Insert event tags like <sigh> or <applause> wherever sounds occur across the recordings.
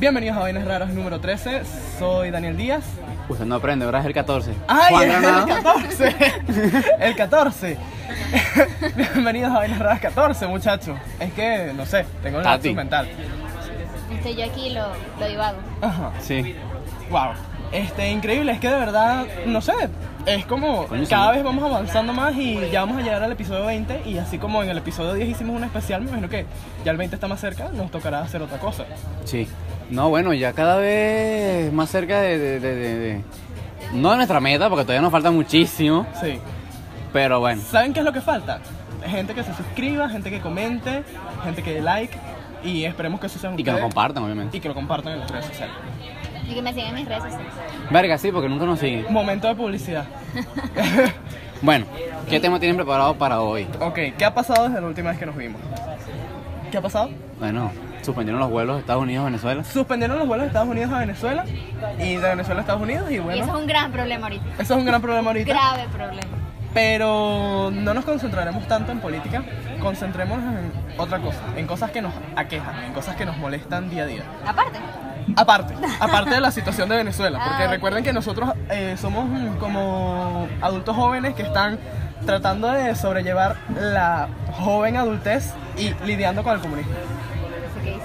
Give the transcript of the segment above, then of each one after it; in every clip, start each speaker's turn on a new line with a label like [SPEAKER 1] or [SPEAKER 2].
[SPEAKER 1] Bienvenidos a Vainas Raras número 13. Soy Daniel Díaz.
[SPEAKER 2] Usted no aprende, ¿verdad? Es el 14.
[SPEAKER 1] ¡Ay!
[SPEAKER 2] Juan
[SPEAKER 1] El,
[SPEAKER 2] Granado.
[SPEAKER 1] 14. <laughs> El 14. <laughs> Bienvenidos a Vainas Raras 14, muchachos. Es que, no sé, tengo un
[SPEAKER 2] Tati.
[SPEAKER 1] lapsus mental.
[SPEAKER 3] Este, yo aquí lo, lo divago.
[SPEAKER 1] Ajá.
[SPEAKER 2] Sí.
[SPEAKER 1] Wow. Este, increíble, es que de verdad, no sé, es como
[SPEAKER 2] Coño,
[SPEAKER 1] cada
[SPEAKER 2] sí.
[SPEAKER 1] vez vamos avanzando más y ya vamos a llegar al episodio 20 y así como en el episodio 10 hicimos un especial, me imagino que ya el 20 está más cerca, nos tocará hacer otra cosa.
[SPEAKER 2] Sí. No, bueno, ya cada vez más cerca de, de- de- de- de- No de nuestra meta, porque todavía nos falta muchísimo.
[SPEAKER 1] Sí.
[SPEAKER 2] Pero bueno.
[SPEAKER 1] ¿Saben qué es lo que falta? Gente que se suscriba, gente que comente, gente que dé like y esperemos que eso sea un
[SPEAKER 2] Y que nos compartan, obviamente.
[SPEAKER 1] y que lo compartan en las redes sociales.
[SPEAKER 3] Y que me sigan en mis redes sociales.
[SPEAKER 2] Verga, sí, porque nunca nos siguen.
[SPEAKER 1] Momento de publicidad. <laughs>
[SPEAKER 2] Bueno, ¿qué tema tienen preparado para hoy?
[SPEAKER 1] ok, ¿qué ha pasado desde la última vez que nos vimos? ¿Qué ha pasado?
[SPEAKER 2] Bueno, suspendieron los vuelos de Estados Unidos a Venezuela.
[SPEAKER 1] Suspendieron los vuelos de Estados Unidos a Venezuela y de Venezuela a Estados Unidos y
[SPEAKER 3] Y eso es
[SPEAKER 1] bueno,
[SPEAKER 3] un gran problema ahorita.
[SPEAKER 1] eso es un gran problema ahorita.
[SPEAKER 3] Grave problema.
[SPEAKER 1] Pero no nos concentraremos tanto en política, concentrémonos en otra cosa, en cosas que nos aquejan, en cosas que nos molestan día a día.
[SPEAKER 3] Aparte,
[SPEAKER 1] Aparte, aparte de
[SPEAKER 3] <laughs>
[SPEAKER 1] la situación de Venezuela, porque
[SPEAKER 3] Ah, ok.
[SPEAKER 1] recuerden que nosotros eh, somos mm, como adultos jóvenes que están tratando de sobrellevar la joven adultez y lidiando con el comunismo.
[SPEAKER 3] eso que dice.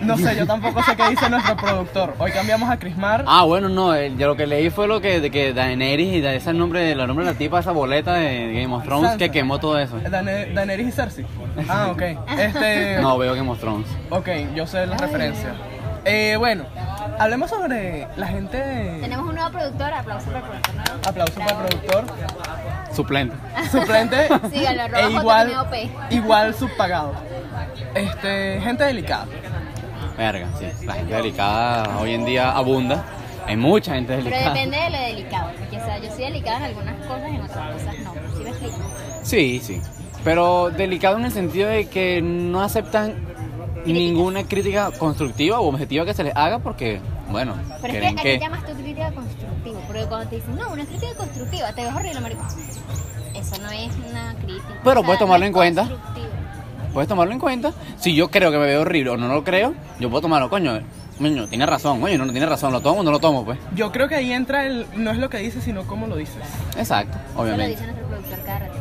[SPEAKER 1] No sé, yo tampoco sé qué
[SPEAKER 3] <laughs>
[SPEAKER 1] dice nuestro productor. Hoy cambiamos a Crismar.
[SPEAKER 2] Ah, bueno, no, eh, yo lo que leí fue lo que, de que Daenerys y da- ese es el nombre, el nombre de la tipa, esa boleta de Game of Thrones
[SPEAKER 1] Sansa.
[SPEAKER 2] que quemó todo eso.
[SPEAKER 1] Dane- Daenerys y Cersei. Ah, ok. Este,
[SPEAKER 2] <laughs> No veo Game of Thrones.
[SPEAKER 1] Ok, yo sé las referencias. Eh, bueno, hablemos sobre la gente...
[SPEAKER 3] Tenemos un nuevo productor, aplauso para el productor nuevo.
[SPEAKER 1] Aplauso para el productor.
[SPEAKER 2] Suplente.
[SPEAKER 3] <laughs>
[SPEAKER 1] Suplente
[SPEAKER 3] Síganlo, arroba
[SPEAKER 1] e igual,
[SPEAKER 3] JTNOP.
[SPEAKER 1] igual subpagado. Este, gente delicada.
[SPEAKER 2] Verga, sí. La gente delicada hoy en día abunda. Hay mucha gente
[SPEAKER 3] Pero
[SPEAKER 2] delicada.
[SPEAKER 3] depende de lo delicado. Porque, o sea, yo soy delicada en algunas cosas y en otras cosas no. ¿Sí me explico?
[SPEAKER 2] Sí, sí. Pero delicado en el sentido de que no aceptan ninguna crítica constructiva o objetiva que se les haga porque, bueno,
[SPEAKER 3] Pero es que
[SPEAKER 2] creen
[SPEAKER 3] aquí
[SPEAKER 2] que...
[SPEAKER 3] llamas tu crítica constructiva. Porque cuando te dicen, no, una crítica constructiva, te ves horrible, marico. Eso no es una crítica.
[SPEAKER 2] Pero puedes tomarlo
[SPEAKER 3] no
[SPEAKER 2] en
[SPEAKER 3] es
[SPEAKER 2] cuenta.
[SPEAKER 3] constructiva.
[SPEAKER 2] Puedes tomarlo en cuenta. Si yo creo que me veo horrible o no lo creo, yo puedo tomarlo, coño. Coño, tiene razón, coño, no, no tiene razón, lo tomo o no lo tomo, pues.
[SPEAKER 1] Yo creo que ahí entra el... No es lo que dices, sino cómo lo dices.
[SPEAKER 2] Exacto,
[SPEAKER 3] Eso lo
[SPEAKER 2] obviamente.
[SPEAKER 3] dice nuestro productor cada rato.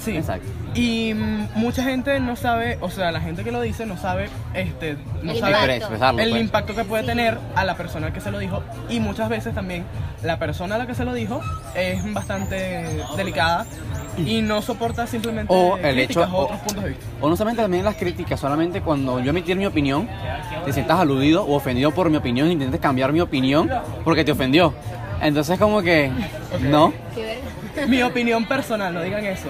[SPEAKER 1] Sí.
[SPEAKER 2] Exacto.
[SPEAKER 1] Y mm, mucha gente no sabe, o sea, la gente que lo dice no sabe, este, no
[SPEAKER 3] El
[SPEAKER 1] sabe
[SPEAKER 3] impacto.
[SPEAKER 2] Expresarlo,
[SPEAKER 1] el
[SPEAKER 2] pues.
[SPEAKER 1] impacto que puede
[SPEAKER 3] Sí.
[SPEAKER 1] tener a la persona que se lo dijo y muchas veces también la persona a la que se lo dijo es bastante delicada y no soporta simplemente
[SPEAKER 2] O el
[SPEAKER 1] críticas
[SPEAKER 2] hecho-
[SPEAKER 1] o
[SPEAKER 2] o-
[SPEAKER 1] otros puntos de vista.
[SPEAKER 2] O no solamente también las críticas, solamente cuando yo emitir mi opinión, te sientas aludido o ofendido por mi opinión e intentes cambiar mi opinión porque te ofendió. Entonces como que, no,
[SPEAKER 3] Qué verga.
[SPEAKER 1] Mi opinión personal, no digan eso.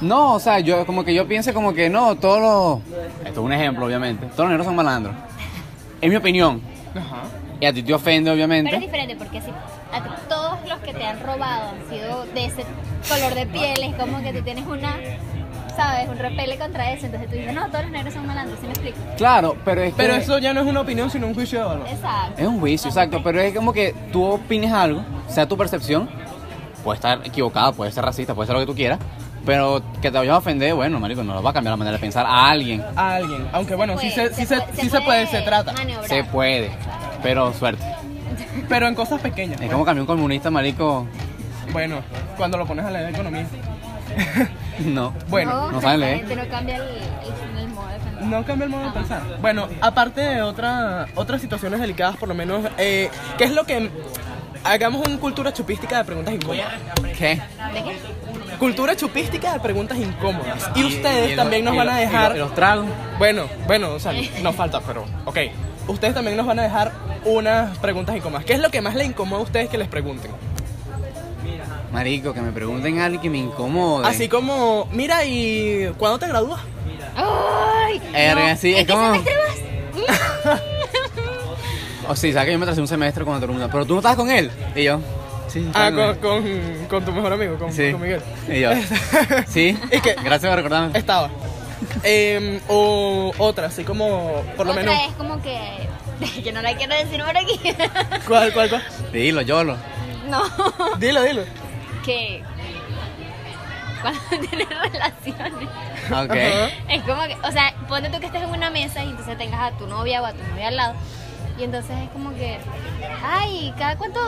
[SPEAKER 2] no, o sea, yo como que yo piense como que no, todos los, esto es un ejemplo obviamente, todos los negros son malandros. Es mi opinión.
[SPEAKER 1] Ajá.
[SPEAKER 2] Y a ti te ofende
[SPEAKER 3] Pero es
[SPEAKER 2] obviamente.
[SPEAKER 3] diferente porque si a ti todos los que te han robado han sido de ese color de piel, es como que tú tienes una, ¿sabes? Un repele contra eso, entonces tú dices, no, todos los negros son malandros, ¿sí me explico?
[SPEAKER 2] Claro, pero es que
[SPEAKER 1] Pero eso ya no es una opinión, sino un juicio de valor.
[SPEAKER 3] Exacto.
[SPEAKER 2] es un juicio, exacto, pero es como que tú opines algo, sea tu percepción, puede estar equivocada, puede ser racista, puede ser lo que tú quieras. Pero que te vayas a ofender, bueno, marico, no lo va a cambiar la manera de pensar a alguien.
[SPEAKER 1] A alguien, aunque bueno, sí se,
[SPEAKER 3] Puede,
[SPEAKER 1] sí se,
[SPEAKER 3] puede-
[SPEAKER 1] sí se puede, se trata,
[SPEAKER 3] maniobrar.
[SPEAKER 2] Se puede, pero suerte.
[SPEAKER 1] pero en cosas pequeñas.
[SPEAKER 2] Es
[SPEAKER 1] pues.
[SPEAKER 2] como cambió un comunista, marico.
[SPEAKER 1] Bueno, cuando lo pones a la de economía.
[SPEAKER 2] No.
[SPEAKER 1] Bueno,
[SPEAKER 2] no ¿eh? saben
[SPEAKER 3] la
[SPEAKER 2] leer.
[SPEAKER 3] gente no cambia el, el- el modo de pensar.
[SPEAKER 1] No cambia el modo de pensar. Bueno, aparte de otra, otras situaciones delicadas, por lo menos, eh, ¿qué es lo que... Hagamos una cultura chupística de preguntas incómodas.
[SPEAKER 2] ¿Qué?
[SPEAKER 3] ¿De qué?
[SPEAKER 1] Cultura chupística de preguntas incómodas. Y ustedes también nos van a dejar...
[SPEAKER 2] Los tragos.
[SPEAKER 1] Bueno, bueno, o sea, nos falta, pero... Ok. Ustedes también nos van a dejar unas preguntas incómodas. ¿Qué es lo que más les incomoda a ustedes que les pregunten?
[SPEAKER 2] Marico, que me pregunten algo que me incomode.
[SPEAKER 1] Así como, mira, ¿y cuándo te gradúas?
[SPEAKER 3] ¡Ay!
[SPEAKER 2] Verga, Eh, sí, es
[SPEAKER 3] ¿En qué
[SPEAKER 2] como-
[SPEAKER 3] semestre vas?
[SPEAKER 2] O sí, sabes que yo me atrasé un semestre cuando todo el mundo. Pero tú no estabas con él. Y yo. Sí.
[SPEAKER 1] Ah,
[SPEAKER 2] estaba
[SPEAKER 1] con,
[SPEAKER 2] él.
[SPEAKER 1] con, con tu mejor amigo, con,
[SPEAKER 2] Sí.
[SPEAKER 1] con Miguel. <laughs>
[SPEAKER 2] Y yo. Sí.
[SPEAKER 1] Es que-
[SPEAKER 2] Gracias por recordarme.
[SPEAKER 1] Estaba. Em, o otra, así como, <laughs> por lo
[SPEAKER 3] Otra
[SPEAKER 1] menos.
[SPEAKER 3] es como que... <laughs> Yo no la quiero decir por aquí. <laughs>
[SPEAKER 1] ¿Cuál, cuál, cuál?
[SPEAKER 2] Dilo, yolo. <laughs>
[SPEAKER 3] no.
[SPEAKER 1] Dilo, dilo.
[SPEAKER 3] que cuando <laughs> tienes relaciones
[SPEAKER 2] Ok.
[SPEAKER 1] Ajá.
[SPEAKER 3] es como que, o sea, ponte tú que estés en una mesa y entonces tengas a tu novia o a tu novia al lado Y entonces es como que, ay, cada cuánto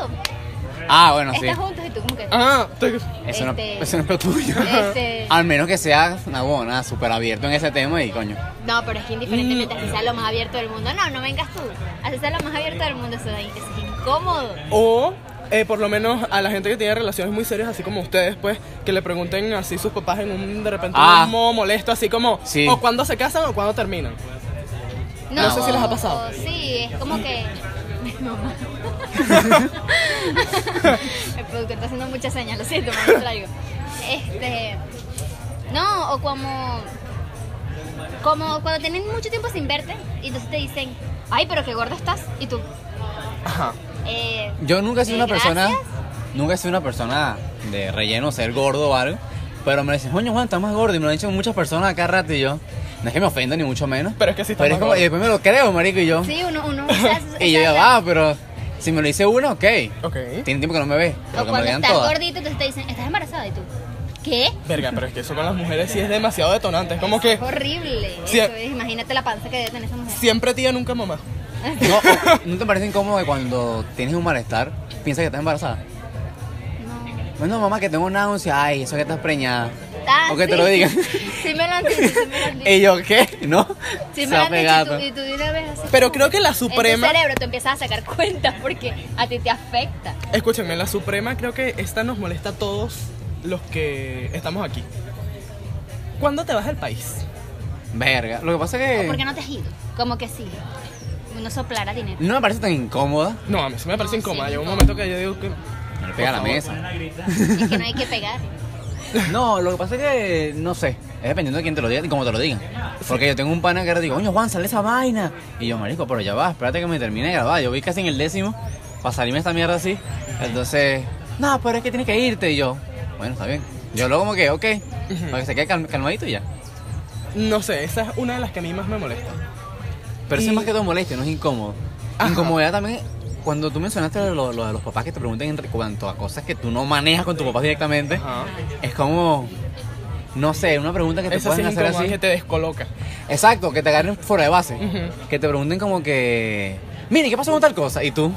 [SPEAKER 2] Ah, bueno, sí.
[SPEAKER 3] estás juntos y tú como que,
[SPEAKER 1] Ah, te-
[SPEAKER 2] Eso no,
[SPEAKER 3] Este-
[SPEAKER 2] eso no es lo tuyo.
[SPEAKER 3] <laughs>
[SPEAKER 2] <laughs>
[SPEAKER 3] Este-
[SPEAKER 2] Al menos que sea una buena, súper abierto en ese tema y coño.
[SPEAKER 3] no, pero es que indiferentemente,
[SPEAKER 2] Mm.
[SPEAKER 3] así sea lo más abierto del mundo, no, no vengas tú, así sea lo más abierto del mundo, eso es eso es incómodo.
[SPEAKER 1] O eh, por lo menos a la gente que tiene relaciones muy serias, así como ustedes, pues, que le pregunten así sus papás en un de repente
[SPEAKER 2] Ah.
[SPEAKER 1] un modo molesto, así como
[SPEAKER 2] Sí.
[SPEAKER 1] o cuándo se casan o cuándo terminan. No sé si les ha pasado.
[SPEAKER 3] Sí, es como que. <laughs> Mi
[SPEAKER 2] <laughs>
[SPEAKER 3] mamá. El productor está haciendo muchas señas, lo siento, me distraigo. Este. No, o como. Como cuando tienen mucho tiempo sin verte y entonces te dicen, ay, pero qué gordo estás. Y tú,
[SPEAKER 1] Ajá.
[SPEAKER 3] eh,
[SPEAKER 2] Yo nunca he sido
[SPEAKER 3] eh,
[SPEAKER 2] una persona.
[SPEAKER 3] gracias.
[SPEAKER 2] Nunca he sido una persona de relleno, ser gordo o algo. Pero me dicen, coño Juan, estás más gordo. Y me lo han dicho muchas personas acá rato y yo. No es que me ofenda ni mucho menos.
[SPEAKER 1] Pero es que sí estás más
[SPEAKER 2] como-
[SPEAKER 1] gordo.
[SPEAKER 2] Y después me lo creo, marico, y yo.
[SPEAKER 3] Sí, uno, uno. o sea,
[SPEAKER 2] <laughs> y yo
[SPEAKER 3] o sea,
[SPEAKER 2] digo, ah, pero si me lo dice uno, ok.
[SPEAKER 1] Ok.
[SPEAKER 2] Tiene tiempo que no me ve. Pero que
[SPEAKER 3] O
[SPEAKER 2] me lo
[SPEAKER 3] cuando
[SPEAKER 2] digan
[SPEAKER 3] estás
[SPEAKER 2] todas.
[SPEAKER 3] gordito, entonces te dicen, estás embarazada. Y tú,
[SPEAKER 2] <laughs>
[SPEAKER 3] ¿qué?
[SPEAKER 1] Verga, pero es que eso con las mujeres sí es demasiado detonante. Es como que
[SPEAKER 3] Es horrible.
[SPEAKER 1] Sí.
[SPEAKER 3] Eso es, imagínate la panza que debe tener esa mujer.
[SPEAKER 1] siempre tía, nunca mamá.
[SPEAKER 2] No, o- ¿No te parece incómodo que cuando tienes un malestar piensas que estás embarazada?
[SPEAKER 3] No.
[SPEAKER 2] Bueno, mamá, que tengo una náusea. Ay, eso que estás preñada.
[SPEAKER 3] Ah,
[SPEAKER 2] o que te
[SPEAKER 3] sí.
[SPEAKER 2] lo digan.
[SPEAKER 3] <laughs> Sí me lo han dicho, sí me
[SPEAKER 2] <laughs>
[SPEAKER 3] lo han dicho.
[SPEAKER 2] y yo, ¿qué? ¿No?
[SPEAKER 3] Sí me
[SPEAKER 2] Se
[SPEAKER 3] lo han dicho
[SPEAKER 2] pegado.
[SPEAKER 3] y tú, y tú de una vez así
[SPEAKER 1] Pero
[SPEAKER 3] como-
[SPEAKER 1] creo que la
[SPEAKER 3] En
[SPEAKER 1] suprema-
[SPEAKER 3] tu cerebro tú empiezas a sacar <laughs> cuentas porque a ti te afecta.
[SPEAKER 1] Escúchenme, la Suprema creo que esta nos molesta a todos los que estamos aquí. ¿Cuándo te vas del país?
[SPEAKER 2] Verga. Lo que pasa es que.
[SPEAKER 3] Porque no te has ido. Como que sí. Uno soplara dinero.
[SPEAKER 2] <laughs> No me parece tan incómoda.
[SPEAKER 1] No, a mí se me parece
[SPEAKER 3] No,
[SPEAKER 1] incómoda.
[SPEAKER 3] sí,
[SPEAKER 1] Llega un
[SPEAKER 3] incómodo.
[SPEAKER 1] momento que yo digo que.
[SPEAKER 2] Me pega a la
[SPEAKER 1] Por favor.
[SPEAKER 2] mesa.
[SPEAKER 3] Y que no hay que pegar.
[SPEAKER 2] No, lo que pasa es que. No sé. Es dependiendo de quién te lo diga y cómo te lo digan. Porque yo tengo un pana que le digo, coño, Juan, sale esa vaina. Y yo, marico, pero ya va, espérate que me termine de grabar. Yo vi casi en el décimo para salirme esta mierda así. Entonces, no, pero es que tienes que irte. Y yo, bueno, está bien. Yo luego como que, ok. Para que se quede calm- calmadito y ya.
[SPEAKER 1] No sé, esa es una de las que a mí más me molesta.
[SPEAKER 2] Pero eso
[SPEAKER 1] Y-
[SPEAKER 2] es más que todo molestia, no es incómodo.
[SPEAKER 1] Ajá.
[SPEAKER 2] Incomodidad también, cuando tú mencionaste lo, lo- lo de los papás que te preguntan en re- cuanto a cosas que tú no manejas con tus papás directamente,
[SPEAKER 1] Ajá.
[SPEAKER 2] es como, no sé, una pregunta que te
[SPEAKER 1] Esa sí
[SPEAKER 2] pueden
[SPEAKER 1] es
[SPEAKER 2] hacer
[SPEAKER 1] incómoda,
[SPEAKER 2] así.
[SPEAKER 1] que te descoloca.
[SPEAKER 2] Exacto, que te agarren fuera de base.
[SPEAKER 1] Ujú.
[SPEAKER 2] Que te pregunten como que, mire, ¿qué pasó con tal cosa? Y tú,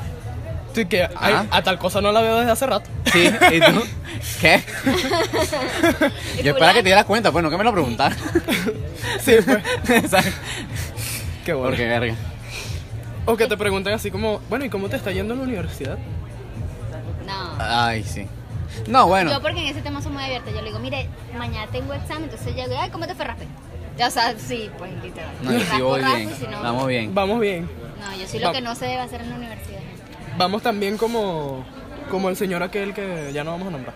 [SPEAKER 1] Sí, que ay,
[SPEAKER 2] Ajá.
[SPEAKER 1] a tal cosa no la veo desde hace rato.
[SPEAKER 2] sí,
[SPEAKER 1] <laughs>
[SPEAKER 2] y tú, ¿qué?
[SPEAKER 3] Y
[SPEAKER 2] Yo esperaba
[SPEAKER 3] fulano.
[SPEAKER 2] que te dieras cuenta, bueno, que me lo preguntaron.
[SPEAKER 1] <laughs> Sí, pues.
[SPEAKER 2] <laughs> Exacto.
[SPEAKER 1] Qué bueno.
[SPEAKER 2] Porque, verga.
[SPEAKER 1] O que te pregunten así como, bueno, ¿y cómo te está yendo en la universidad?
[SPEAKER 3] No.
[SPEAKER 2] Ay, sí. No, bueno.
[SPEAKER 3] Yo porque en ese tema soy muy abierta. Yo le digo, mire, mañana tengo examen, entonces yo digo, ay, ¿cómo te ferraste? Ya, o sea, sí, pues literal.
[SPEAKER 2] No, yo sí
[SPEAKER 3] Raspo,
[SPEAKER 2] voy
[SPEAKER 3] raspo,
[SPEAKER 2] bien.
[SPEAKER 3] y si no-
[SPEAKER 2] Vamos bien.
[SPEAKER 1] Vamos bien.
[SPEAKER 3] No, yo sí lo
[SPEAKER 1] Va-
[SPEAKER 3] que no se debe hacer en la universidad. gente.
[SPEAKER 1] Vamos también como, como el señor aquel que ya no vamos a nombrar.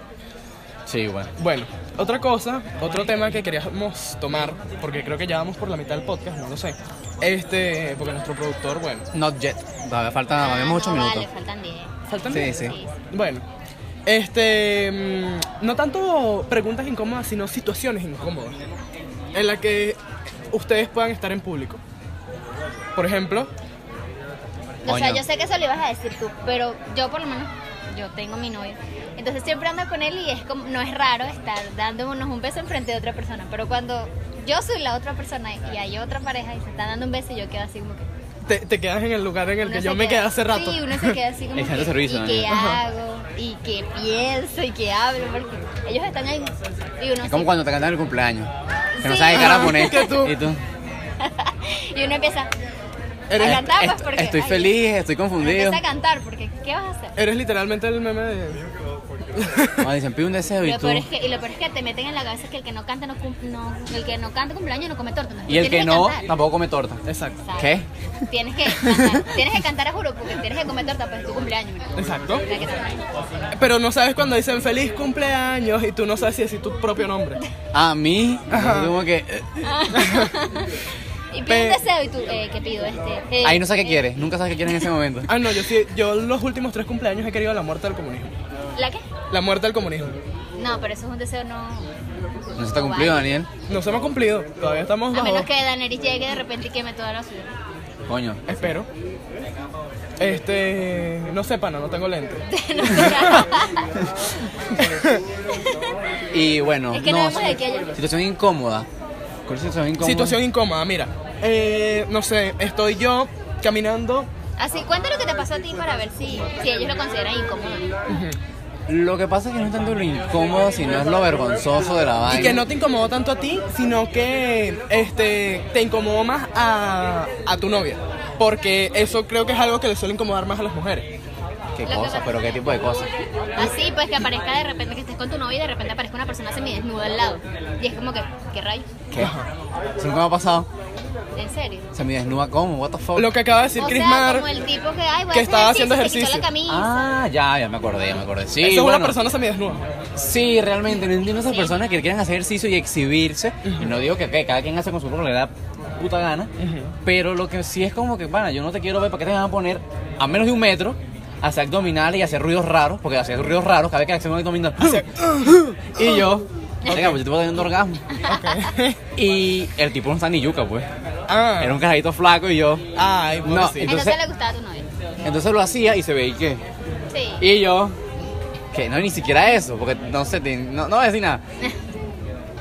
[SPEAKER 2] Sí, bueno.
[SPEAKER 1] Bueno, otra cosa, otro tema que queríamos tomar, porque creo que ya vamos por la mitad del podcast, no lo sé. Este, porque nuestro productor, bueno.
[SPEAKER 2] Not yet. Todavía faltan
[SPEAKER 3] Ah,
[SPEAKER 2] todavía 8
[SPEAKER 3] no,
[SPEAKER 2] minutos.
[SPEAKER 3] Vale, faltan 10.
[SPEAKER 1] ¿Faltan?
[SPEAKER 2] Sí, sí.
[SPEAKER 3] Sí.
[SPEAKER 1] Bueno, este, mm, no tanto preguntas incómodas, sino situaciones incómodas en las que ustedes puedan estar en público. Por ejemplo,
[SPEAKER 3] O sea,
[SPEAKER 2] Coño.
[SPEAKER 3] yo sé que eso lo ibas a decir tú, pero yo por lo menos, yo tengo mi novio. Entonces siempre ando con él y es como, no es raro estar dándonos un beso enfrente de otra persona. Pero cuando yo soy la otra persona y hay otra pareja y se están dando un beso, yo quedo así como que.
[SPEAKER 1] te, te quedas en el lugar en el
[SPEAKER 3] uno
[SPEAKER 1] que
[SPEAKER 3] se
[SPEAKER 1] yo me
[SPEAKER 3] queda-
[SPEAKER 1] quedé hace rato.
[SPEAKER 3] Sí, uno se queda
[SPEAKER 2] <laughs>
[SPEAKER 3] así como.
[SPEAKER 2] Exacto,
[SPEAKER 3] que,
[SPEAKER 2] servicio,
[SPEAKER 3] ¿Y qué
[SPEAKER 2] ¿no?
[SPEAKER 3] hago? ¿Y qué pienso? ¿Y qué hablo? Porque ellos están ahí. Y uno,
[SPEAKER 2] Es como
[SPEAKER 3] sí-
[SPEAKER 2] cuando te cantan el cumpleaños. Que no
[SPEAKER 3] Sí.
[SPEAKER 2] sabes qué cara
[SPEAKER 1] Ajá, <laughs>
[SPEAKER 2] poner.
[SPEAKER 1] que tú-
[SPEAKER 2] Y tú.
[SPEAKER 3] y uno empieza.
[SPEAKER 1] Eres-
[SPEAKER 3] a cantar, pues
[SPEAKER 2] "Est-
[SPEAKER 3] porque.
[SPEAKER 2] estoy
[SPEAKER 3] ay,
[SPEAKER 2] feliz, estoy
[SPEAKER 3] Uno
[SPEAKER 2] confundido.
[SPEAKER 3] empieza a cantar porque, ¿qué vas a hacer?
[SPEAKER 1] Eres literalmente el meme de...
[SPEAKER 2] Cuando dicen, pide un deseo y
[SPEAKER 3] Lo
[SPEAKER 2] tú.
[SPEAKER 3] peor es que, y lo peor es que te meten en la cabeza que el que no canta no, cum- no el que no canta cumpleaños no come torta. no,
[SPEAKER 2] Y el
[SPEAKER 3] tienes
[SPEAKER 2] que no,
[SPEAKER 3] cantar.
[SPEAKER 2] tampoco come torta.
[SPEAKER 1] <laughs> Exacto.
[SPEAKER 3] ¿Sabes?
[SPEAKER 2] ¿Qué?
[SPEAKER 3] Tienes que cantar, tienes que cantar a juro porque tienes que comer torta pues es tu cumpleaños.
[SPEAKER 2] <laughs>
[SPEAKER 3] marico.
[SPEAKER 1] Exacto.
[SPEAKER 3] O sea, que te-
[SPEAKER 1] Pero no sabes cuando dicen feliz cumpleaños y tú no sabes si decir tu propio nombre.
[SPEAKER 2] A mí, es como que. eh, <laughs>
[SPEAKER 3] Y pide
[SPEAKER 1] Pe-
[SPEAKER 3] un deseo y tú eh, ¿qué pido este. Eh,
[SPEAKER 2] Ahí no sé qué
[SPEAKER 3] eh,
[SPEAKER 2] quieres, nunca sabes qué quieres en ese
[SPEAKER 3] <laughs>
[SPEAKER 2] momento.
[SPEAKER 1] Ah, no, yo sí, yo los últimos tres cumpleaños he querido la muerte del comunismo.
[SPEAKER 3] ¿La qué?
[SPEAKER 1] La muerte del comunismo.
[SPEAKER 3] No, pero eso es un deseo no.
[SPEAKER 2] No se está cumplido, Daniel.
[SPEAKER 1] No se me ha cumplido, todavía estamos
[SPEAKER 3] A
[SPEAKER 1] bajo...
[SPEAKER 3] menos que Daenerys llegue de repente y queme toda la ciudad. <laughs>
[SPEAKER 2] Coño.
[SPEAKER 1] Espero. Este, no sé, pana, no tengo
[SPEAKER 3] <laughs>
[SPEAKER 1] lente.
[SPEAKER 3] No sé.
[SPEAKER 2] <laughs> Y bueno,
[SPEAKER 3] Es que
[SPEAKER 2] no.
[SPEAKER 3] no vemos de qué ayer.
[SPEAKER 2] Situación incómoda. ¿Cuál es la situación incómoda?
[SPEAKER 1] Situación incómoda, mira. Eh, no sé, estoy yo caminando
[SPEAKER 3] Así, cuenta lo que te pasó a ti para ver si, si ellos lo consideran incómodo.
[SPEAKER 2] Lo que pasa es que no es tanto lo incómodo, sino es lo vergonzoso de la vaina.
[SPEAKER 1] Y que no te incomodó tanto a ti, sino que este, te incomodó más a, a tu novia. Porque eso creo que es algo que le suele incomodar más a las mujeres.
[SPEAKER 2] ¿Qué
[SPEAKER 3] Lo que
[SPEAKER 2] cosa?
[SPEAKER 3] pasa-
[SPEAKER 2] ¿Pero qué tipo de cosas?
[SPEAKER 3] Así, pues que aparezca de repente que estés con tu novia y de repente aparezca una persona semidesnuda al lado. Y es como que, ¿qué rayos?
[SPEAKER 2] ¿Qué? ¿Eso nunca me ha pasado?
[SPEAKER 3] ¿En serio?
[SPEAKER 2] ¿Se me desnuda cómo? ¿What the fuck?
[SPEAKER 1] Lo que acaba de decir
[SPEAKER 3] o sea,
[SPEAKER 1] Crismar,
[SPEAKER 3] como el tipo que, ay,
[SPEAKER 1] que
[SPEAKER 3] voy a hacer
[SPEAKER 1] estaba haciendo
[SPEAKER 3] Se quitó la
[SPEAKER 1] ejercicio.
[SPEAKER 3] camisa.
[SPEAKER 2] Ah, ya, ya me acordé, ya me acordé. Sí,
[SPEAKER 1] eso es
[SPEAKER 2] bueno,
[SPEAKER 1] una persona semidesnuda.
[SPEAKER 2] Sí, realmente, no entiendo a esas personas que quieran hacer ejercicio y exhibirse. Y no digo que ok, cada quien hace con su cuerpo lo que le da puta gana. Pero lo que sí es como que, bueno, yo no te quiero ver, ¿para qué te van a poner a menos de un metro? a Hacer abdominales y hacer ruidos raros, porque hacer ruidos raros cada vez que hacemos abdominal. y yo, venga, pues yo te voy a tener un orgasmo. y el tipo no está ni yuca, pues.
[SPEAKER 1] Ah,
[SPEAKER 2] Era un carajito flaco y yo.
[SPEAKER 1] ay,
[SPEAKER 2] No, <laughs>
[SPEAKER 1] pobrecito.
[SPEAKER 2] entonces-
[SPEAKER 3] entonces, le gustaba a tu novia.
[SPEAKER 2] Entonces lo hacía y se veía que.
[SPEAKER 3] Sí.
[SPEAKER 2] Y yo, que no, ni siquiera eso, porque no sé, te- no, no voy a decir nada.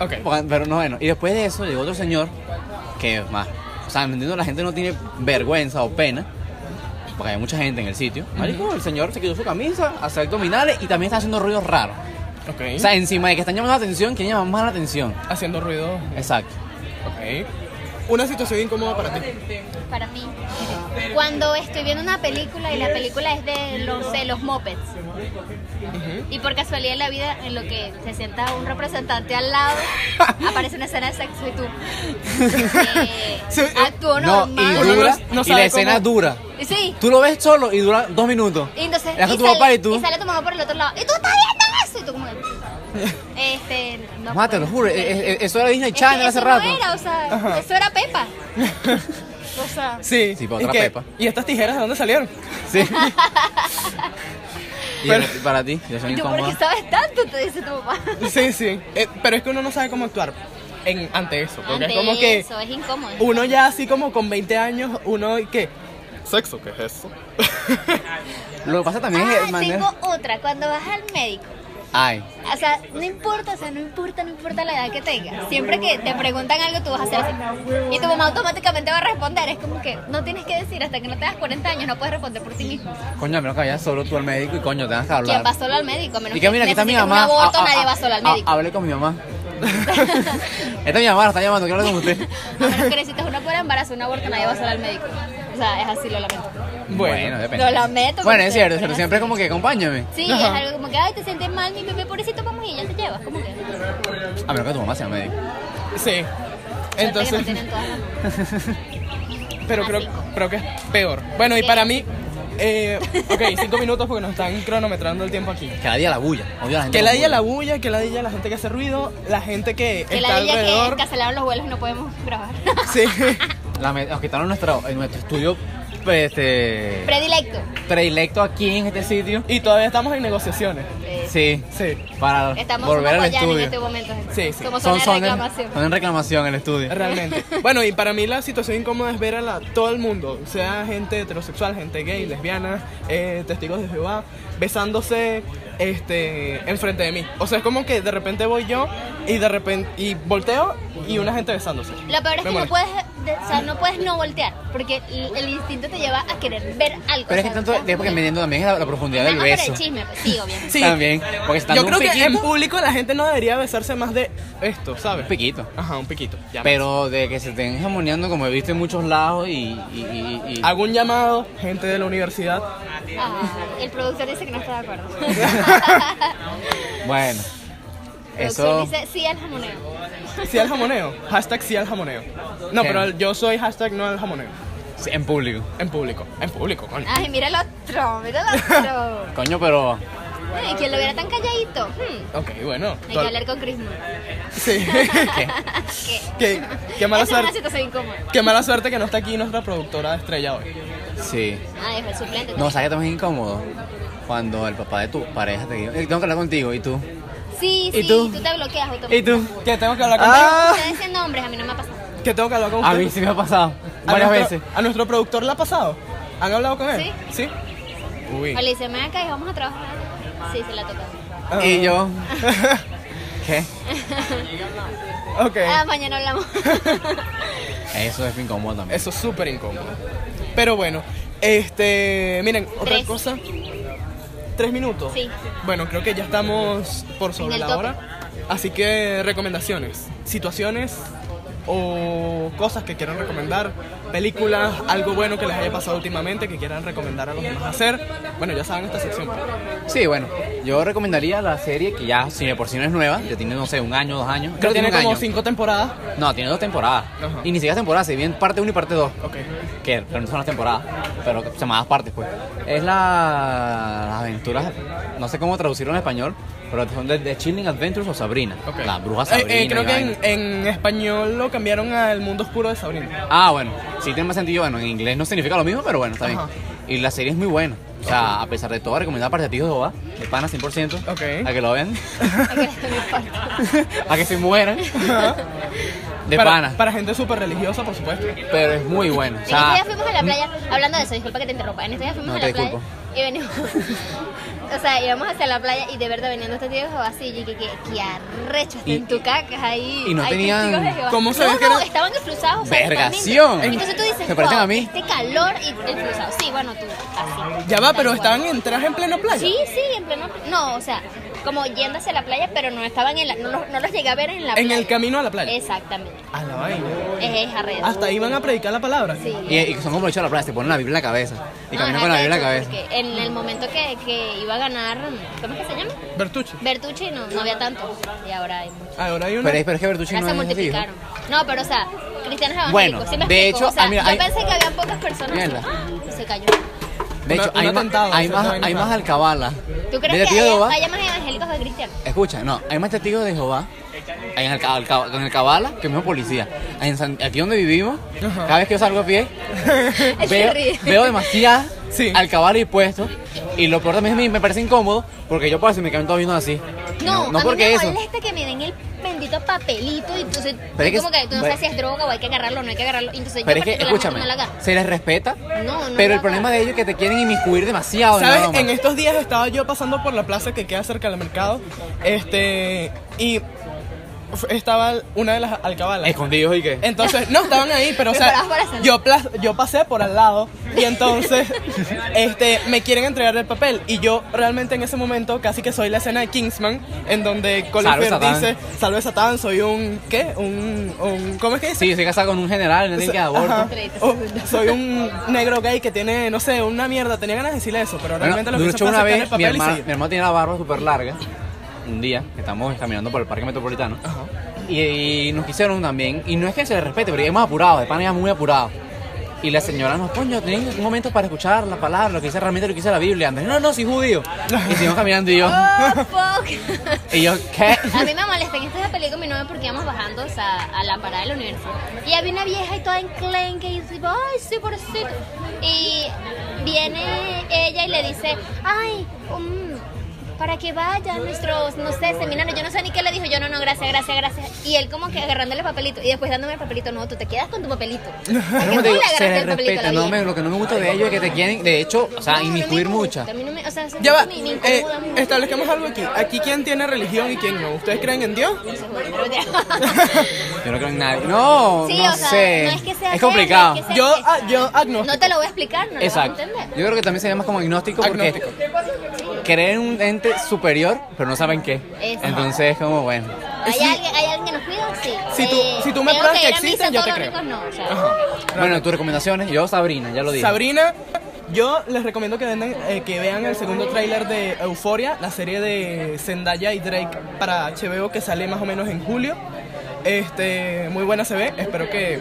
[SPEAKER 1] Ok.
[SPEAKER 2] Porque- Pero no, bueno. Y después de eso llegó otro señor que más. O sea, me entiendo, la gente no tiene vergüenza o pena. Porque hay mucha gente en el sitio. Marico, el señor se quitó su camisa, hace abdominales y también está haciendo ruidos raros.
[SPEAKER 1] Ok.
[SPEAKER 2] O sea, encima de que están llamando la atención, ¿quién llama más la atención?
[SPEAKER 1] Haciendo ruido.
[SPEAKER 2] Exacto.
[SPEAKER 1] Ok. Una situación incómoda para ti.
[SPEAKER 3] Para mí, cuando estoy viendo una película y la película es de los, de los mopeds
[SPEAKER 1] Ujú.
[SPEAKER 3] y por casualidad en la vida en lo que se sienta un representante
[SPEAKER 1] <laughs>
[SPEAKER 3] al lado, aparece una escena de sexo y tú eh,
[SPEAKER 1] Sí, eh,
[SPEAKER 3] actúo
[SPEAKER 2] No, y
[SPEAKER 3] normal.
[SPEAKER 2] dura,
[SPEAKER 1] No
[SPEAKER 2] y la
[SPEAKER 1] sabe
[SPEAKER 2] escena
[SPEAKER 1] cómo-
[SPEAKER 2] dura.
[SPEAKER 3] Y sí,
[SPEAKER 2] Tú lo ves solo y dura dos minutos.
[SPEAKER 3] y entonces
[SPEAKER 2] Deja
[SPEAKER 3] y
[SPEAKER 2] tu papá
[SPEAKER 3] sale,
[SPEAKER 2] y tú.
[SPEAKER 3] y sale tu mamá por el otro lado y tú estás viendo eso y tú como que,
[SPEAKER 2] <laughs>
[SPEAKER 3] este no
[SPEAKER 2] Mate, lo
[SPEAKER 3] puedo.
[SPEAKER 2] juro, eh, eh, eso era Disney
[SPEAKER 3] Es que
[SPEAKER 2] Channel hace
[SPEAKER 3] eso
[SPEAKER 2] rato.
[SPEAKER 3] no era, o sea,
[SPEAKER 1] Ajá.
[SPEAKER 3] eso era
[SPEAKER 2] <laughs>
[SPEAKER 3] Pepa o sea
[SPEAKER 1] Sí. pues,
[SPEAKER 2] Sí, para
[SPEAKER 1] ¿Y
[SPEAKER 2] otra
[SPEAKER 1] qué?
[SPEAKER 2] pepa.
[SPEAKER 1] ¿Y estas tijeras de dónde salieron?
[SPEAKER 2] Sí. y
[SPEAKER 1] Pero-
[SPEAKER 2] para- para ti, yo soy
[SPEAKER 3] ¿Tú por qué
[SPEAKER 2] incómoda.
[SPEAKER 3] sabes tanto? Te dice tu papá.
[SPEAKER 1] <laughs> Sí, sí. Eh, pero es que uno no sabe cómo actuar en, ante eso. Porque es
[SPEAKER 3] Ante
[SPEAKER 1] como que
[SPEAKER 3] eso, es incómodo.
[SPEAKER 2] Uh,
[SPEAKER 1] uno ya así como con 20 años, uno y que... ¿Sexo? ¿Qué es eso?
[SPEAKER 2] Lo que pasa también es
[SPEAKER 3] Ah,
[SPEAKER 2] que.
[SPEAKER 3] tengo otra. Cuando vas al médico,
[SPEAKER 2] Ay.
[SPEAKER 3] o sea, no importa, o sea, no importa, no importa la edad que tengas. Siempre que te preguntan algo, tú vas a hacer así. Y tu mamá automáticamente va a responder. Es como que no tienes que decir hasta que no tengas 40 años, no puedes responder por ti mismo.
[SPEAKER 2] Coño, a menos que vayas solo tú al médico y coño, tengas que hablar.
[SPEAKER 3] ¿Quién va solo al médico? A menos
[SPEAKER 2] Y que mira, aquí está mi
[SPEAKER 3] necesites un
[SPEAKER 2] mamá.
[SPEAKER 3] aborto,
[SPEAKER 2] Ah, ah,
[SPEAKER 3] nadie
[SPEAKER 2] ah,
[SPEAKER 3] va solo al
[SPEAKER 2] ah,
[SPEAKER 3] médico. A,
[SPEAKER 2] Hablé con mi
[SPEAKER 3] <laughs>
[SPEAKER 2] mamá. Esta es mi mamá, la está llamando, quiero hablar con
[SPEAKER 3] <laughs>
[SPEAKER 2] usted.
[SPEAKER 3] menos que necesites una prueba de embarazo, un aborto, nadie va solo al médico. O sea, es así, lo lamento.
[SPEAKER 2] depende.
[SPEAKER 3] Lo lamento,
[SPEAKER 2] Bueno,
[SPEAKER 3] pero
[SPEAKER 2] es cierto, pero
[SPEAKER 3] sí, pero
[SPEAKER 2] siempre como que acompáñame.
[SPEAKER 3] Sí, es
[SPEAKER 1] Ajá.
[SPEAKER 3] algo como que, ay, te sientes mal, mi bebé, pobrecito, vamos y ya te llevas. Como que.
[SPEAKER 2] A menos que tu mamá sea médico.
[SPEAKER 1] Sí.
[SPEAKER 3] Suerte que no
[SPEAKER 1] Entonces,
[SPEAKER 3] tienen todas Ah, las manos.
[SPEAKER 2] <laughs>
[SPEAKER 1] pero creo, creo que es peor. Bueno, y
[SPEAKER 3] ¿Qué?
[SPEAKER 1] para mí... Eh, ok, cinco minutos porque nos están cronometrando el tiempo aquí.
[SPEAKER 2] Cada día la bulla. Odio a la gente.
[SPEAKER 1] Que
[SPEAKER 2] con
[SPEAKER 1] la dilla la
[SPEAKER 2] bulla.
[SPEAKER 1] bulla, que la dilla la gente que hace ruido, la gente que,
[SPEAKER 3] Que
[SPEAKER 1] está
[SPEAKER 3] la villa que
[SPEAKER 1] alrededor.
[SPEAKER 3] cancelaron los vuelos y no podemos grabar. <laughs>
[SPEAKER 1] Sí.
[SPEAKER 2] La me- Nos quitaron nuestro, en nuestro estudio pues, este,
[SPEAKER 3] Predilecto.
[SPEAKER 2] predilecto aquí en este sitio.
[SPEAKER 1] Y todavía estamos en negociaciones.
[SPEAKER 3] Eh,
[SPEAKER 2] Sí.
[SPEAKER 1] Sí.
[SPEAKER 2] Para
[SPEAKER 3] Estamos
[SPEAKER 2] volver al
[SPEAKER 3] somos Goyana
[SPEAKER 2] estudio.
[SPEAKER 3] en este momento.
[SPEAKER 1] Sí, sí.
[SPEAKER 3] Como
[SPEAKER 2] son,
[SPEAKER 3] son,
[SPEAKER 2] son en-
[SPEAKER 3] reclamación.
[SPEAKER 2] son en reclamación el estudio.
[SPEAKER 1] Realmente. Bueno, y para mí la situación incómoda es ver a la- todo el mundo, sea gente heterosexual, gente gay, lesbiana, eh, testigos de Jehová, besándose este, enfrente de mí. O sea, es como que de repente voy yo y de repente y volteo y una gente besándose.
[SPEAKER 3] Lo
[SPEAKER 1] Me
[SPEAKER 3] peor es que no
[SPEAKER 1] molesta.
[SPEAKER 3] puedes, de- o sea, no puedes no voltear, porque el, el instinto te lleva a querer ver algo.
[SPEAKER 2] Pero es
[SPEAKER 3] o sea,
[SPEAKER 2] que tanto,
[SPEAKER 3] ¿sabes?
[SPEAKER 2] es porque me entiendo también la, la profundidad del
[SPEAKER 3] Nada más por
[SPEAKER 2] beso.
[SPEAKER 3] el chisme, pues, sí, obviamente.
[SPEAKER 1] Sí.
[SPEAKER 2] También. Porque están
[SPEAKER 1] Yo creo
[SPEAKER 2] un
[SPEAKER 1] que en
[SPEAKER 2] piquito,
[SPEAKER 1] público la gente no debería besarse más de esto, ¿sabes?
[SPEAKER 2] un piquito.
[SPEAKER 1] Ajá, un piquito. ya.
[SPEAKER 2] Pero de que se estén jamoneando, como he visto en muchos lados, y. y- y- y-
[SPEAKER 1] Hago un llamado, gente de la universidad.
[SPEAKER 3] Ah, el productor dice que no está de acuerdo.
[SPEAKER 2] <laughs> Bueno.
[SPEAKER 3] El
[SPEAKER 2] Eso.
[SPEAKER 3] productor dice sí al jamoneo.
[SPEAKER 1] Sí al jamoneo. Hashtag sí al jamoneo. No,
[SPEAKER 2] Sí.
[SPEAKER 1] pero el- yo soy hashtag no al jamoneo.
[SPEAKER 2] sí, en público.
[SPEAKER 1] En público. En público, coño.
[SPEAKER 3] Ay, mira el otro, mira el otro.
[SPEAKER 2] Coño, pero.
[SPEAKER 3] Ay, ¿Quién lo viera tan calladito? Hmm,
[SPEAKER 1] Ok, bueno.
[SPEAKER 3] Hay que
[SPEAKER 1] Tol-
[SPEAKER 3] hablar con Chris Moore. <laughs>
[SPEAKER 1] Sí. <laughs>
[SPEAKER 2] ¿Qué?
[SPEAKER 3] ¿Qué?
[SPEAKER 1] qué, qué mala
[SPEAKER 3] Esa es una
[SPEAKER 1] suerte.
[SPEAKER 3] situación incómoda.
[SPEAKER 1] Qué mala suerte que no está aquí nuestra productora estrella hoy.
[SPEAKER 2] Sí.
[SPEAKER 3] Ah, es el suplente.
[SPEAKER 2] No, ¿sabes que también es incómodo? Cuando el papá de tu pareja te dice, "Eh, tengo que hablar contigo, y tú.
[SPEAKER 3] Sí,
[SPEAKER 2] ¿Y
[SPEAKER 3] sí,
[SPEAKER 2] tú?
[SPEAKER 3] tú? te bloqueas automáticamente.
[SPEAKER 2] ¿Y tú?
[SPEAKER 1] Que tengo que hablar con
[SPEAKER 2] ¡Ah!
[SPEAKER 3] Ustedes dicen nombres, a mí no me ha pasado.
[SPEAKER 1] Que tengo que hablar con usted.
[SPEAKER 2] A mí sí me
[SPEAKER 1] <laughs>
[SPEAKER 2] ha pasado.
[SPEAKER 1] ¿A
[SPEAKER 2] Varias
[SPEAKER 1] nuestro-
[SPEAKER 2] veces.
[SPEAKER 1] ¿A nuestro productor la ha pasado? ¿Han hablado con él? Sí. Uy.
[SPEAKER 3] O le dicen, ven acá y vamos a trabajar. Sí, se la toca.
[SPEAKER 1] Ah.
[SPEAKER 2] Y
[SPEAKER 1] <laughs>
[SPEAKER 2] yo. ¿Qué?
[SPEAKER 1] ok.
[SPEAKER 3] Ah, mañana hablamos.
[SPEAKER 2] Eso es incómodo también.
[SPEAKER 1] Eso es súper incómodo. Pero bueno, Este, miren, otra
[SPEAKER 3] Tres.
[SPEAKER 1] cosa. ¿Tres minutos?
[SPEAKER 3] Sí.
[SPEAKER 1] Bueno, creo que ya estamos por sobre
[SPEAKER 3] el
[SPEAKER 1] la
[SPEAKER 3] tope.
[SPEAKER 1] hora. Así que recomendaciones, situaciones o cosas que quieran recomendar, películas, algo bueno que les haya pasado últimamente que quieran recomendar a los demás hacer. Bueno, ya saben esta sección.
[SPEAKER 2] Sí, bueno, yo recomendaría la serie que ya, si de por si no es nueva, ya tiene, no sé, un año, dos años.
[SPEAKER 1] Creo que tiene
[SPEAKER 2] un
[SPEAKER 1] como
[SPEAKER 2] año.
[SPEAKER 1] cinco temporadas.
[SPEAKER 2] No, tiene dos temporadas.
[SPEAKER 1] Ajá.
[SPEAKER 2] Y ni siquiera temporadas, si bien parte 1 y parte 2.
[SPEAKER 1] Ok.
[SPEAKER 2] Que pero no son las temporadas, pero que se llamadas partes, pues. Es la, las aventuras, no sé cómo traducirlo en español, pero son de, de Chilling Adventures o Sabrina.
[SPEAKER 1] ok.
[SPEAKER 2] La bruja
[SPEAKER 1] Eh,
[SPEAKER 2] Sabrina.
[SPEAKER 1] eh,
[SPEAKER 2] y
[SPEAKER 1] creo que
[SPEAKER 2] vaina.
[SPEAKER 1] en, en español lo cambiaron al mundo oscuro de
[SPEAKER 2] <laughs>
[SPEAKER 1] Sabrina.
[SPEAKER 2] Ah, bueno, sí tiene más sentido. Bueno, en inglés no significa lo mismo, pero bueno, está bien.
[SPEAKER 1] Ajá.
[SPEAKER 2] Y la serie es muy buena. O sea, a pesar de todo, recomendada para ti de Jehová, de pana 100%.
[SPEAKER 1] Ok.
[SPEAKER 2] A que lo
[SPEAKER 1] <laughs>
[SPEAKER 2] vean,
[SPEAKER 3] Ok,
[SPEAKER 2] <laughs> a que se mueran. De
[SPEAKER 1] para,
[SPEAKER 2] pana.
[SPEAKER 1] Para gente súper religiosa, por supuesto.
[SPEAKER 2] Pero es muy buena. O
[SPEAKER 3] En estos
[SPEAKER 2] sea, mm.
[SPEAKER 3] días fuimos a la playa, hablando de eso, disculpa que te interrumpa, en estos días fuimos
[SPEAKER 2] No,
[SPEAKER 3] a
[SPEAKER 2] te
[SPEAKER 3] la playa
[SPEAKER 2] disculpo.
[SPEAKER 3] y venimos, <laughs> o sea, íbamos hacia la playa y de verdad venían estos tíos de Jehová así, y que, que, que arrecho, está
[SPEAKER 2] Y-
[SPEAKER 3] en tu caca ahí.
[SPEAKER 2] y no
[SPEAKER 3] hay
[SPEAKER 2] tenían-
[SPEAKER 3] testigos de Jehová.
[SPEAKER 1] ¿Cómo
[SPEAKER 3] No,
[SPEAKER 1] sabes que
[SPEAKER 3] no,
[SPEAKER 1] era?
[SPEAKER 3] estaban esflusados. o sea,
[SPEAKER 2] Vergación.
[SPEAKER 3] totalmente. Entonces tú dices,
[SPEAKER 2] ¿Se parecen
[SPEAKER 3] "Wow,
[SPEAKER 2] a mí?"
[SPEAKER 3] este calor y el esflusado, sí, bueno, tú, así.
[SPEAKER 1] Ya va, pero
[SPEAKER 3] tal cual.
[SPEAKER 1] estaban en traje en plena playa.
[SPEAKER 3] Sí, sí, en pleno, no, o sea, como yendo hacia la playa, pero no estaban en la, no, los- no los llegué a ver en la
[SPEAKER 1] En
[SPEAKER 3] playa.
[SPEAKER 1] el camino a la playa.
[SPEAKER 3] Exactamente,
[SPEAKER 1] A la vaina.
[SPEAKER 3] es, es arrecho.
[SPEAKER 1] Hasta ahí van a predicar la palabra.
[SPEAKER 3] Sí.
[SPEAKER 2] y, y son como hechos a la playa, se ponen la Biblia en la cabeza. Y
[SPEAKER 3] No,
[SPEAKER 2] caminan
[SPEAKER 3] es
[SPEAKER 2] con la Biblia en la
[SPEAKER 3] arrecho,
[SPEAKER 2] cabeza.
[SPEAKER 3] porque En el momento que, que iba a ganar, ¿cómo es que se llama?
[SPEAKER 1] Bertucci.
[SPEAKER 3] Bertucci no, no había tanto. Y ahora hay mucho.
[SPEAKER 1] Ahora hay una.
[SPEAKER 2] Pero, es- pero es que Bertucci
[SPEAKER 3] Ahora
[SPEAKER 2] no
[SPEAKER 3] se
[SPEAKER 2] es rico.
[SPEAKER 3] multiplicaron. No, pero o sea, cristianos evangélicos.
[SPEAKER 2] Bueno,
[SPEAKER 3] ¿sí me
[SPEAKER 2] de
[SPEAKER 3] explico?
[SPEAKER 2] hecho,
[SPEAKER 3] O sea,
[SPEAKER 2] ah, mira,
[SPEAKER 3] yo
[SPEAKER 2] hay-
[SPEAKER 3] pensé que habían pocas personas.
[SPEAKER 2] Mierda.
[SPEAKER 3] Ah, se cayó.
[SPEAKER 2] De
[SPEAKER 1] Una-
[SPEAKER 2] hecho,
[SPEAKER 1] un
[SPEAKER 2] hay, más,
[SPEAKER 1] atentado,
[SPEAKER 2] hay,
[SPEAKER 1] se
[SPEAKER 2] más,
[SPEAKER 1] pueden
[SPEAKER 2] hay más
[SPEAKER 1] matar.
[SPEAKER 2] alcabalas. De
[SPEAKER 3] ¿Tú crees que
[SPEAKER 2] testigos de
[SPEAKER 3] haya,
[SPEAKER 2] Jehová-
[SPEAKER 3] haya más evangélicos que cristianos?
[SPEAKER 2] Escucha, no, hay más testigos de Jehová en el, ca- alca- en el Cabala que mismo policía. En San- aquí donde vivimos,
[SPEAKER 1] Ajá.
[SPEAKER 2] cada vez que yo salgo a
[SPEAKER 3] <laughs>
[SPEAKER 2] pie,
[SPEAKER 1] <laughs>
[SPEAKER 2] <laughs>
[SPEAKER 3] Se
[SPEAKER 2] veo,
[SPEAKER 3] ríe.
[SPEAKER 2] veo demasiadas
[SPEAKER 1] Sí.
[SPEAKER 2] alcabalas y puestos. Y lo peor también es que me parece incómodo porque yo paso y me quedan todos viendo así.
[SPEAKER 3] No,
[SPEAKER 2] no
[SPEAKER 3] a mí
[SPEAKER 2] porque
[SPEAKER 3] me
[SPEAKER 2] eso.
[SPEAKER 3] molesta que me den el bendito papelito y entonces
[SPEAKER 2] Pero es
[SPEAKER 3] es
[SPEAKER 2] que-
[SPEAKER 3] como que tú no
[SPEAKER 2] pero-
[SPEAKER 3] sabes si es droga o hay que agarrarlo o no hay que agarrarlo. Entonces
[SPEAKER 2] Pero
[SPEAKER 3] yo
[SPEAKER 2] es que,
[SPEAKER 3] particularmente
[SPEAKER 2] escúchame,
[SPEAKER 3] no la agarro. <laughs>
[SPEAKER 2] se les respeta,
[SPEAKER 3] No, no
[SPEAKER 2] pero
[SPEAKER 3] la
[SPEAKER 2] el problema
[SPEAKER 3] agarro.
[SPEAKER 2] de ellos es que te quieren inmiscuir demasiado. en la
[SPEAKER 1] ¿Sabes?
[SPEAKER 2] broma.
[SPEAKER 1] En estos días estaba yo pasando por la plaza que queda cerca del mercado. Este. Y f- estaba una de las alcabalas.
[SPEAKER 2] Escondidos y que...
[SPEAKER 1] Entonces, no, estaban ahí, pero o sea,
[SPEAKER 3] Preparados para salir.
[SPEAKER 1] yo, plas- yo pasé por al lado y entonces este, me quieren entregar el papel y yo realmente en ese momento casi que soy la escena de Kingsman en donde Colin
[SPEAKER 2] Salve,
[SPEAKER 1] Firth
[SPEAKER 2] Satán.
[SPEAKER 1] dice, salve Satán, soy un, ¿qué? Un, un ¿cómo es que dice?
[SPEAKER 2] Sí, estoy casado con un general, no tiene que
[SPEAKER 1] Ajá.
[SPEAKER 2] aborto.
[SPEAKER 1] O, soy un negro gay que tiene, no sé, una mierda. Tenía ganas de decirle eso, pero
[SPEAKER 2] Bueno,
[SPEAKER 1] realmente
[SPEAKER 2] de
[SPEAKER 1] lo que
[SPEAKER 2] hecho,
[SPEAKER 1] hizo fue
[SPEAKER 2] una
[SPEAKER 1] sacar el
[SPEAKER 2] vez mi
[SPEAKER 1] papel y
[SPEAKER 2] hermano,
[SPEAKER 1] seguir.
[SPEAKER 2] mi hermano tenía la barba súper larga, un día, que estamos caminando por el parque metropolitano, y, y nos quisieron también, y no es que se les respete, pero íbamos apurados, de pana íbamos muy apurados. Y la señora nos, coño, tenéis un momento para escuchar la palabra, lo que dice realmente, lo que dice la Biblia. Andrés, no, no, soy judío. Y seguimos caminando
[SPEAKER 1] <laughs>
[SPEAKER 2] y yo,
[SPEAKER 3] Oh, fuck.
[SPEAKER 2] y yo, ¿qué?
[SPEAKER 3] A mí me molesta en esta pelea con mi novio porque íbamos bajando o sea, a la parada de la universidad. Y había una vieja y toda enclenque y yo tipo, ay, sí, por sí. Y viene ella y le dice, ay, mm, para que vaya a nuestros, no sé, seminarios. Yo no sé ni qué le dijo. Yo, no, no, gracias, gracias, gracias. Y él como que agarrándole el papelito y después dándome el papelito. No, tú te quedas con tu papelito.
[SPEAKER 2] <laughs>
[SPEAKER 3] Porque
[SPEAKER 2] Pero
[SPEAKER 3] tú
[SPEAKER 2] como te
[SPEAKER 3] le
[SPEAKER 2] digo, se
[SPEAKER 3] agarraste
[SPEAKER 2] les
[SPEAKER 3] el papelito a
[SPEAKER 2] respeta,
[SPEAKER 3] la
[SPEAKER 2] no,
[SPEAKER 3] vieja.
[SPEAKER 2] me- lo que no me gusta de ellos es que te quieren, de hecho, o
[SPEAKER 3] No,
[SPEAKER 2] sea,
[SPEAKER 3] no me
[SPEAKER 2] inmiscuir
[SPEAKER 3] gusta,
[SPEAKER 2] mucha.
[SPEAKER 3] A mí no me, o sea, eso
[SPEAKER 1] Ya va,
[SPEAKER 3] me, me
[SPEAKER 1] eh,
[SPEAKER 3] incomoda mucho.
[SPEAKER 1] establezcamos algo aquí. Aquí quién tiene religión y quién no. ¿Ustedes creen en Dios?
[SPEAKER 3] Se jodió, pero ya.
[SPEAKER 2] Yo no creo en nadie. No,
[SPEAKER 3] Sí,
[SPEAKER 2] no
[SPEAKER 3] o sea,
[SPEAKER 2] sé.
[SPEAKER 3] no es que sea feo,
[SPEAKER 2] complicado.
[SPEAKER 3] no es que sea-
[SPEAKER 1] Yo, ah, yo agnóstico.
[SPEAKER 3] <laughs> No te lo voy a explicar, no
[SPEAKER 2] Exacto.
[SPEAKER 3] lo vas a
[SPEAKER 2] Yo
[SPEAKER 3] entender.
[SPEAKER 2] creo que también sería más como agnóstico porque
[SPEAKER 1] Agnóstico.
[SPEAKER 2] creen en un ente superior, pero no saben qué.
[SPEAKER 3] Exacto.
[SPEAKER 2] Entonces es como, bueno.
[SPEAKER 3] ¿Hay,
[SPEAKER 1] Sí.
[SPEAKER 3] alguien, ¿Hay alguien que nos cuida? Sí. Eh,
[SPEAKER 1] Si tú- si tú me
[SPEAKER 3] tengo
[SPEAKER 1] pruebas que
[SPEAKER 3] ir a misa,
[SPEAKER 1] existen, yo
[SPEAKER 3] todos
[SPEAKER 1] te
[SPEAKER 3] los
[SPEAKER 1] creo.
[SPEAKER 3] ricos no, o sea,
[SPEAKER 2] Bueno, tus recomendaciones, yo Sabrina, ya lo dije.
[SPEAKER 1] Sabrina, yo les recomiendo que, vendan- eh, que vean el segundo tráiler de Euforia, la serie de Zendaya y Drake para HBO que sale más o menos en julio. Este, muy buena se ve, espero que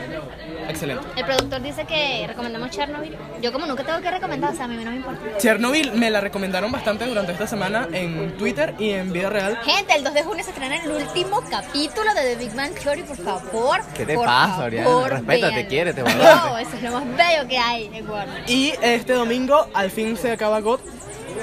[SPEAKER 1] excelente.
[SPEAKER 3] El productor dice que recomendamos Chernobyl. Yo como nunca tengo que recomendar, o sea, a mí no me importa.
[SPEAKER 1] Chernobyl me la recomendaron bastante durante esta semana en Twitter y en vida real.
[SPEAKER 3] Gente, el 2 de junio se estrena el último capítulo de The Big Man Theory, por favor.
[SPEAKER 2] ¿Qué te
[SPEAKER 3] por
[SPEAKER 2] pasa, Oriana?
[SPEAKER 3] favor,
[SPEAKER 2] Respétate,
[SPEAKER 3] véanlo.
[SPEAKER 2] quiérete,
[SPEAKER 3] No,
[SPEAKER 2] valórate.
[SPEAKER 3] eso es lo más bello que hay de Warner.
[SPEAKER 1] Y este domingo al fin se acaba God.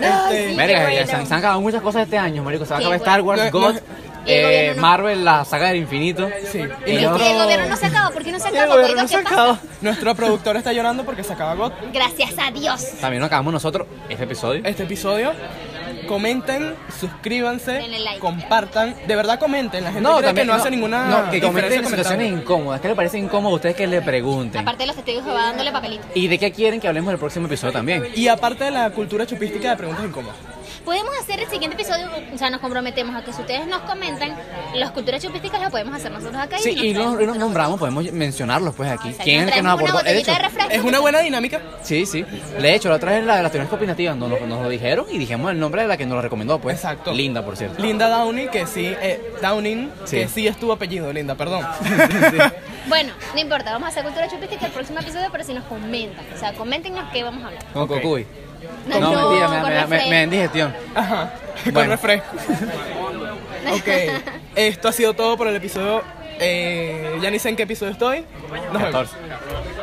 [SPEAKER 3] No,
[SPEAKER 1] Este,
[SPEAKER 3] sí.
[SPEAKER 2] Verga,
[SPEAKER 3] qué
[SPEAKER 2] ya
[SPEAKER 3] bueno.
[SPEAKER 2] se, han- se han acabado muchas cosas este año, marico. Se va a
[SPEAKER 3] Qué
[SPEAKER 2] acabar
[SPEAKER 3] bueno.
[SPEAKER 2] Star Wars,
[SPEAKER 1] No,
[SPEAKER 2] God,
[SPEAKER 1] no.
[SPEAKER 3] Y el
[SPEAKER 2] eh,
[SPEAKER 3] gobierno no.
[SPEAKER 2] Marvel, la saga del infinito.
[SPEAKER 1] Sí.
[SPEAKER 2] Y
[SPEAKER 1] Y
[SPEAKER 3] Y
[SPEAKER 2] yo-
[SPEAKER 3] el gobierno no se acaba, ¿por qué no se
[SPEAKER 2] Sí,
[SPEAKER 3] acaba?
[SPEAKER 2] el gobierno
[SPEAKER 3] Oiga,
[SPEAKER 2] no se
[SPEAKER 3] ¿qué pasa?
[SPEAKER 2] acaba.
[SPEAKER 1] Nuestro productor está llorando porque se acaba God
[SPEAKER 3] Gracias a Dios.
[SPEAKER 2] También lo acabamos nosotros, este episodio.
[SPEAKER 1] este episodio. comenten, suscríbanse,
[SPEAKER 3] Denle like.
[SPEAKER 1] compartan. De verdad comenten. La gente cree que no, hace ninguna.
[SPEAKER 2] No, que
[SPEAKER 1] diferencia
[SPEAKER 2] comenten situaciones
[SPEAKER 1] comentando.
[SPEAKER 2] incómodas. ¿Qué les parece incómodo a ustedes que le pregunten?
[SPEAKER 3] Aparte de los testigos va dándole papelito.
[SPEAKER 2] ¿Y de qué quieren que hablemos en el próximo episodio también?
[SPEAKER 1] Y aparte de la cultura chupística de preguntas incómodas.
[SPEAKER 3] Podemos hacer el siguiente episodio, o sea, nos comprometemos a que si ustedes nos comentan, las culturas chupísticas las podemos hacer nosotros acá.
[SPEAKER 2] Sí, y
[SPEAKER 3] nos
[SPEAKER 2] los,
[SPEAKER 3] traemos-
[SPEAKER 2] los nombramos, podemos mencionarlos pues aquí.
[SPEAKER 3] o sea,
[SPEAKER 2] ¿Quién es el que nos
[SPEAKER 3] traemos
[SPEAKER 2] aportó?
[SPEAKER 3] Una
[SPEAKER 2] De hecho,
[SPEAKER 3] botellita de refresco.
[SPEAKER 1] Es una buena dinámica.
[SPEAKER 2] sí, sí. De hecho, la otra vez en la de las teorías coopinativas nos, lo- nos lo dijeron y dijimos el nombre de la que nos lo recomendó, pues.
[SPEAKER 1] Exacto.
[SPEAKER 2] Linda, por cierto.
[SPEAKER 1] Linda Downey, que sí, eh, Downing,
[SPEAKER 2] Sí.
[SPEAKER 1] que sí es tu apellido, Linda,
[SPEAKER 2] <laughs>
[SPEAKER 1] perdón.
[SPEAKER 3] Bueno, no importa, vamos a hacer cultura chupística el próximo episodio, pero si nos comentan, o sea, coméntenos qué vamos a hablar.
[SPEAKER 2] Con
[SPEAKER 1] Ok.
[SPEAKER 2] Cocuy.
[SPEAKER 3] No,
[SPEAKER 2] No,
[SPEAKER 3] no,
[SPEAKER 2] mentira, me,
[SPEAKER 3] con
[SPEAKER 2] me- me-
[SPEAKER 3] refresco.
[SPEAKER 2] me da indigestión.
[SPEAKER 1] Ajá, con
[SPEAKER 2] Bueno.
[SPEAKER 1] refresco. Ok, esto ha sido todo por el episodio. Eh, ya ni sé en qué episodio estoy. Nos vemos.
[SPEAKER 2] 14.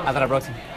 [SPEAKER 2] Hasta la próxima.